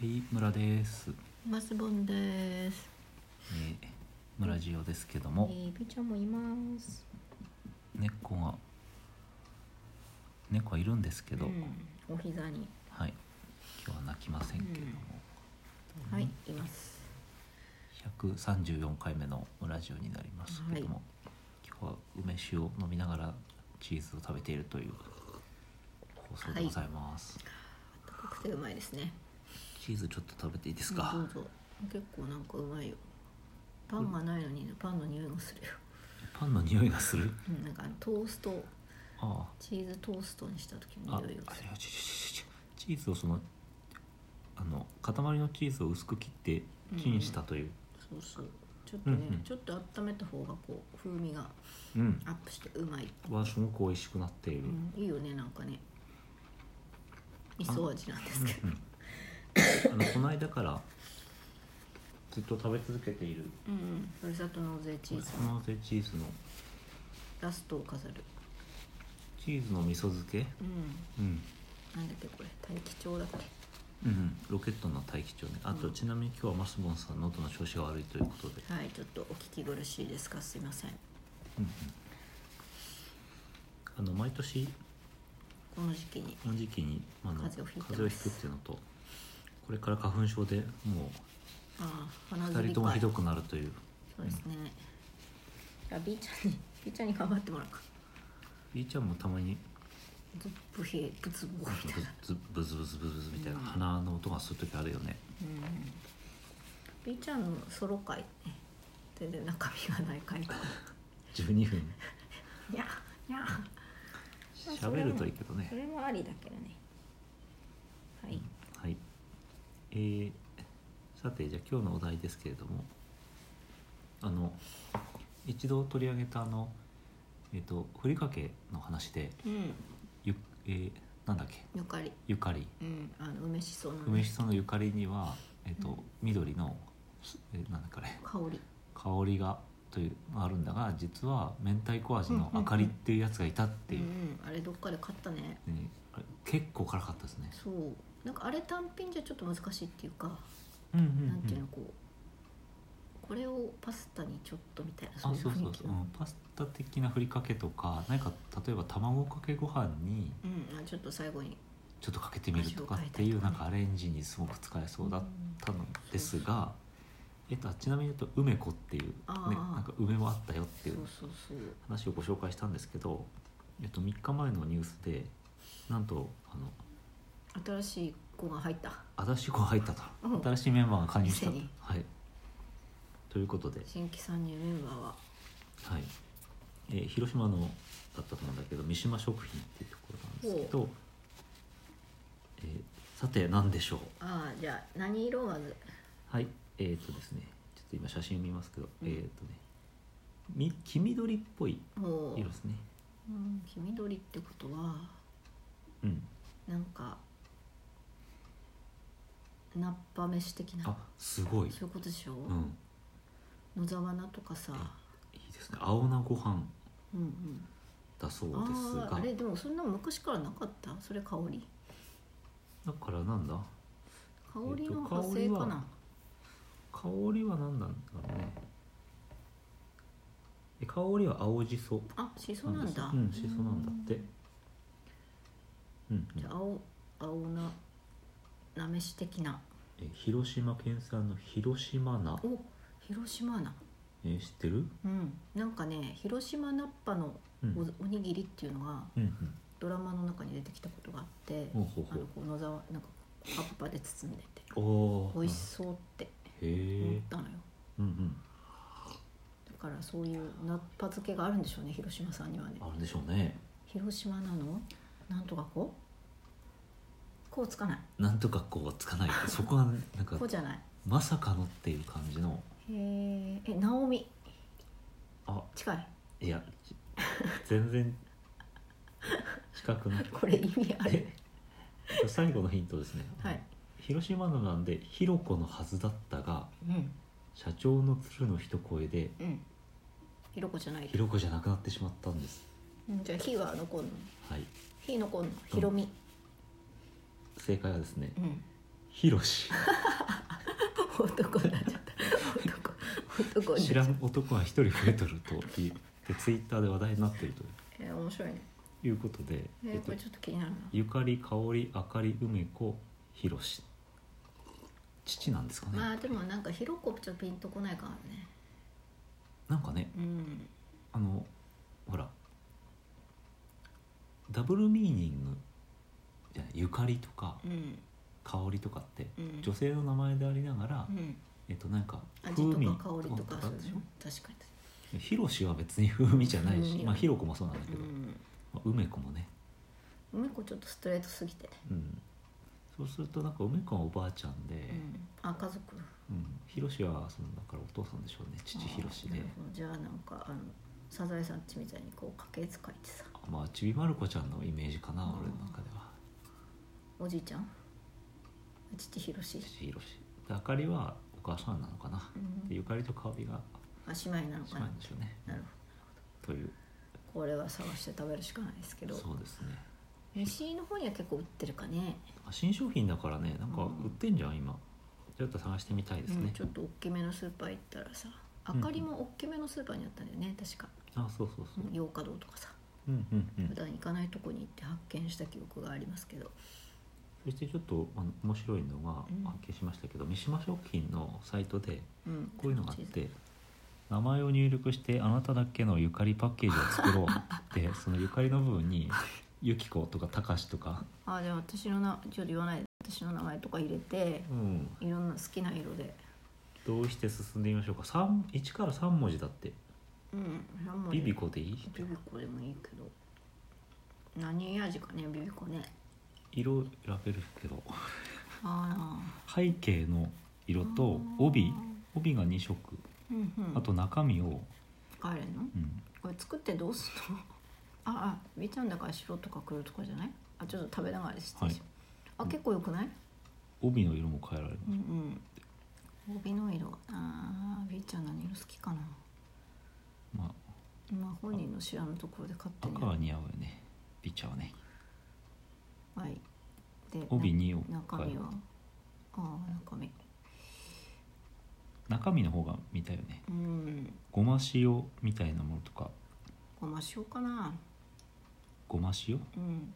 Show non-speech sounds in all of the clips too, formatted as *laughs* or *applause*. はい、村です。マスボンです。えー、村ジオですけどえも、ー、ピーちゃんもいます。猫が猫はいるんですけど、うん、お膝に。はい、今日は泣きませんけども、はい、います。 134回目の村ジオになりますけども、は今日は梅酒を飲みながらチーズを食べているという放送でございます。高くてうまいですね。チーズちょっと食べていいですか？うんどうぞ。結構なんかうまいよ。パンがないのに、パンの匂いがするよ。パンの匂いがする。うん、なんかあのトースト、あチーズトーストにした時あ、あ、のあれ匂いがする。はちちちちチーズをそのあの塊のチーズを薄く切ってチンしたという。そうそう。ちょっとね、うんうんちょっと温めた方がこう風味がうん、アップしてうまい。はすごく美味しくなっている。ううんん、いいよねなんかね。味噌味なんですけど。うん、あのこの間からずっと食べ続けているうん、うん、ふるさと納税チーズ。そのぜチーズのラストを飾る。チーズの味噌漬け、うん。うん、なんだっけこれ大気町だっけうんうん、ロケットの大気帳ね。あと、うんちなみに今日はマスボンさん喉の調子が悪いということで、はいちょっとお聞き苦しいですかすいませんうんうん、あの毎年この時期にこの時期にあの風邪をひいてます風邪をひくっていうのと、これから花粉症でもああう鼻二づ人りともひ会どくなるという。そうですねじゃあ B ちゃんに B ちゃんに頑張ってもらうかいーちゃんもたまにずっぶひぶつぼみ *laughs* たいなブズブズブズブズみたいなうん鼻の音がする時あるよね。うん B ちゃんのソロ回ね全然中身がない回と *laughs* か12分いやいや喋るといいけどそねれもありだけどねはいはいえー、さてじゃあ今日のお題ですけれどもあの一度取り上げたあのえっ、とふりかけの話でうんゆえーなんだっけゆかりゆかりうんあの梅しそのね梅しそのゆかりにはえっ、と、うん緑のすえーなんだっけあれ香り香りがというのがあるんだが実は明太子味のあかりっていうやつがいたっていうう、んうん、あれどっかで買ったねねあれ結構辛かったですね。そうなんかあれ単品じゃちょっと難しいっていうか、うんうんなんていうのこうこれをパスタにちょっとみたいなあそういうそうそ雰う囲気そう、うのん、パスタ的なふりかけとか何か例えば卵かけご飯にうんあちょっと最後にちょっとかけてみるとかっていうなんかアレンジにすごく使えそうだったのですが、えっと、ちなみに言うと梅子っていう、ね、あーなんか梅もあったよってそいううそうそう話をご紹介したんですけど、えっと、3日前のニュースでなんとあの新しい子が入った新しい子が入ったと、うん新しいメンバーが加入したと店に。はい、ということで。新規参入メンバーははいえー広島のだったと思うんだけど三島食品っていうところなんですけど、えーさて何でしょうああじゃあ何色まずはいえっ、とですねちょっと今写真見ますけど、うんえっ、とねみ黄緑っぽいもう、色ですねうん、黄緑ってことはうんなんかナッパ飯的なあすごいそういうことでしょ、うん野沢菜とかさいいですね青菜ご飯うんうんだそうあですあーがあれでもそんな昔からなかったそれ香りだからなんだ香りの派生かな、香りは何なんだろうねえ香りは青じそあしそなんだうんしそなんだってうんうんじゃあ青青ななめし的なえ広島県産の広島菜お広島なえ知ってるうんなんかね広島ナッパのうんお,、うんおにぎりっていうのがうんドラマの中に出てきたことがあってほうほうあほのこう野沢なんか葉っぱで包んでてうおー美味しそうってへ思っえたのようんうんだからそういうナッパ漬けがあるんでしょうね広島さんにはねあるでしょうね広島なのなんとかこうこうつかないなんとかこうつかないそこはなんかこうじゃないまさかのっていう感じのへーえ直美あ近いいやち全然近くないこれ意味あるえ最後のヒントですね、はい広島のなんで「ひろこのはずだったがうん社長の鶴の一声でうんひろこじゃないひろこじゃなくなってしまったんですうんじゃあひは残るのはいひ残るのひろみ正解はですねうん *laughs* 「ひろし男になっちゃった男男に知ならっちゃっん男が一人増えとると言ってツイッターで話題になっているたえー面白いねということで、ええっー、ことれちょっと気になるなゆかりかおりあかり梅子ひろし父なんですかね、まあでもなんか広くちょっとピンとこないからねなんかねうんあのほらダブルミーニングじゃないゆかりとかうん香りとかってうん女性の名前でありながら、うんえっとなんか味風と味か香りとかそうでしねょ確かひろしは別に風味じゃないし、うんまあひろこもそうなんだけにど、まあ、梅子もね、うん梅子ちょっとストレートすぎてねうん、そうするとなんか梅子はおばあちゃんで、うんあ家族うん、ひろしはそのだからお父さんでしょうね父ひろしあーでなるほどじゃあなんかあのサザエさんちみたいにこう家系図書いてさまあちびまる子ちゃんのイメージかなうん俺の中ではおじいちゃん父ひろし、父ひろしであかりはお母さんなのかなうでん、ゆかりと香りがあ姉妹なのか姉な妹でしょうねなるというほどこれは探して食べるしかないですけどそうですね西の方には結構売ってるかねあ新商品だからねなんか売ってんじゃん今ちょっと探してみたいですうんねちょっと大きめのスーパー行ったらさあかりも大きめのスーパーにあったんだよね確かあそうそうそう洋華堂とかさうんうんうん普段行かないとこに行って発見した記憶がありますけどそしてちょっとあの面白いのがうん発見しましたけど、三島食品のサイトでうんこういうのがあって名前を入力してあなただけのゆかりパッケージを作ろう *laughs* ってそのゆかりの部分に「ゆきこ」とか「たかし」とか、あじゃあ私のなちょっと言わないで私の名前とか入れてうん、いろんな好きな色でどうして進んでみましょうか三1から3文字だってうん何もビビコでいいビビコでもいいけど何味かねビビコね色選べるけどあ背景の色あと帯帯が2色うんうんあと中身を、帰れんのうん、これ作ってどうすんのああみーちゃんだから白とか黒とかじゃないあちょっと食べながら失礼します、はいあ結構よくない帯の色も変えられるうんうん帯の色あーみーちゃん何色好きかなままあ本人の知らぬところで勝あ手に赤は似合うよねピッチャーはねはいで帯なにを中変え身るはああ中身中身の方が見たいよねうんごま塩みたいなものとかごま塩かなごま塩うん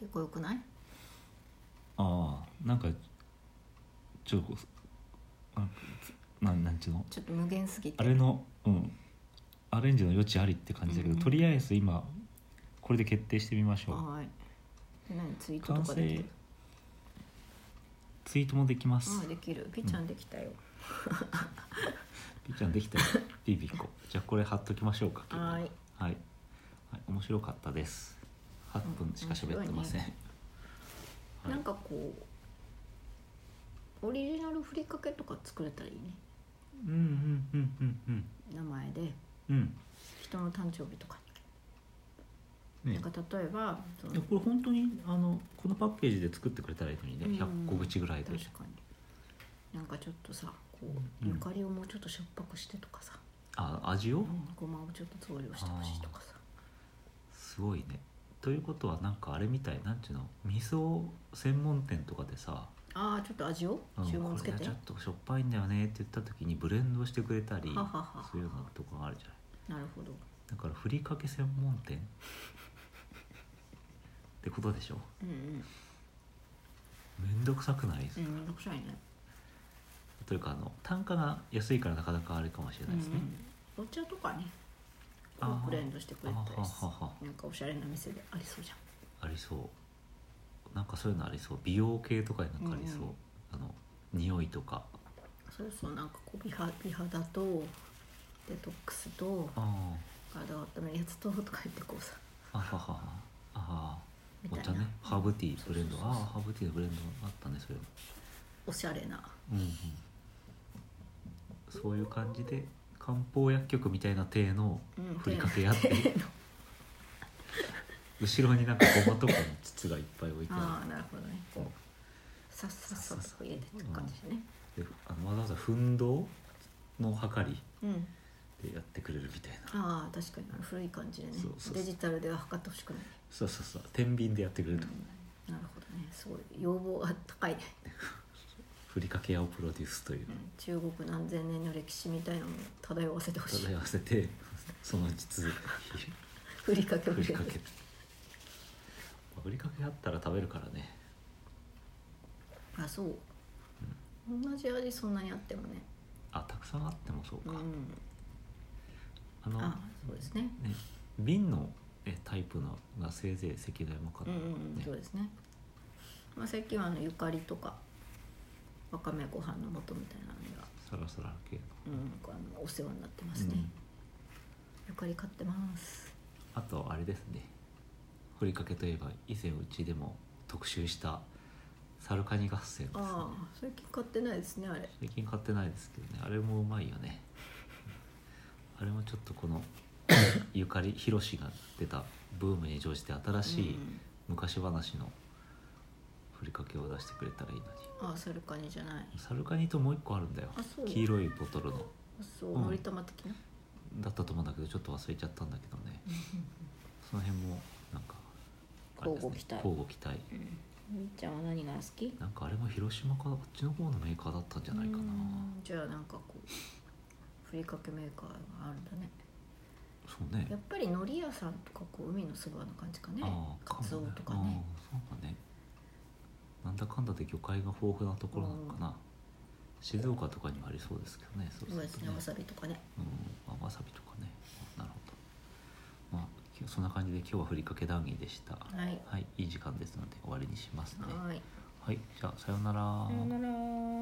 結構よくないああなんかちょっとこうなんかなんなんちゅうのちょっと無限すぎてあれのうんアレンジの余地ありって感じだけど、うんとりあえず今これで決定してみましょうはいで何ツイートと完かでき成るツイートもできます、うんできるピーちゃんできたよ、ピーちゃんでき *laughs* たよビビコじゃあこれ貼っときましょうかはーはいい、はい、面白かったです8分しか喋ってません、はいなんかこうオリジナルふりかけとか作れたらいいねうんうんうんうんうん名前でうん人の誕生日とかに、ねなんか例えばそのいやこれ本当にあのこのパッケージで作ってくれたらいいのにね、うん100個口ぐらいで確かになんかちょっとさこう、うんゆかりをもうちょっとしょっぱくしてとかさ、あ味を、うんごまをちょっと増量してほしいとかさすごいねということはなんかあれみたいなんちゅうの味噌専門店とかでさああーちょっと味をうん注文こつけれはて、ちょっとしょっぱいんだよねって言った時にブレンドしてくれたりはははそういうのとかがあるじゃないなるほどだからふりかけ専門店ってことでしょうんうんめんどくさくないうんめんどくさいねというかあの単価が安いからなかなかあれかもしれないですね、うん、お茶とかねあーブレンドしてくれあはたりすははなんかおしゃれな店でありそうじゃんありそうなんかそういうのありそう美容系とかになんかありそう、うんうんあの匂いとかそうそうなんかこう美肌美肌とデトックスとあ体を温めるやつととか言ってこうさああはははああみおたい茶なねハーブティーそブうそレうンそドうああハーブティーのブレンドあったねそれも、おしゃれなうんうん、そういう感じで漢方薬局みたいな体のうんふりかけやって、手の後ろになんかごまとかの筒がいっぱい置いてあああなるほどねこうさっさっさっとこう入れてって感じでねるであのわざわざ奮動の量りうんでやってくれるみたいなああ確かにあの古い感じでねそうそうそうデジタルでは測ってほしくない、そうそうそう天秤でやってくれうんると、、なるほどねすごい要望が高いねふりかけ屋をプロデュースという中国何千年の歴史みたいなのを漂わせてほしい漂わせてその実ふりかけをふりかけふりかけあったら食べるからねあそう、同じ味そんなにあってもねあたくさんあってもそううか、んあのあそうですねね瓶のえタイプのがせいぜい赤大もかうなんうんうんそうですね、まあ、最近はあのゆかりとかわかめご飯の素みたいなのが、サラサラ系のうん、こうあのお世話になってますね、うんゆかり買ってますあとあれですねふりかけといえば以前うちでも特集したサルカニ合戦ですねああ最近買ってないですねあれ最近買ってないですけどねあれもうまいよねあれもちょっとこ *coughs* のゆかりひろしが出たブームに乗じて新しいうん昔話のふりかけを出してくれたらいいのにああサルカニじゃないサルカニともう一個あるんだよあそう黄色いボトルのあそう、うんのり玉 *laughs* 的なだったと思うんだけどちょっと忘れちゃったんだけどねその辺もなんかあれですね交互期待交互期待うんみーちゃんは何が好きなんかあれも広島かあっちの方のメーカーだったんじゃないかなうんじゃあなんかこうふりかけメーカーがあるんだねそうねやっぱり海苔屋さんとかこう海のそばの感じかねああカツオとかもねああそうだねなんだかんだで魚介が豊富なところなのかな、静岡とかにもありそうですけどねそうそうですとねわさびとかねうんまあわさびとかねなるほどまあきそんな感じで今日はふりかけ談義でしたはいはいいい時間ですので終わりにしますねはいはいじゃあさようならさよなら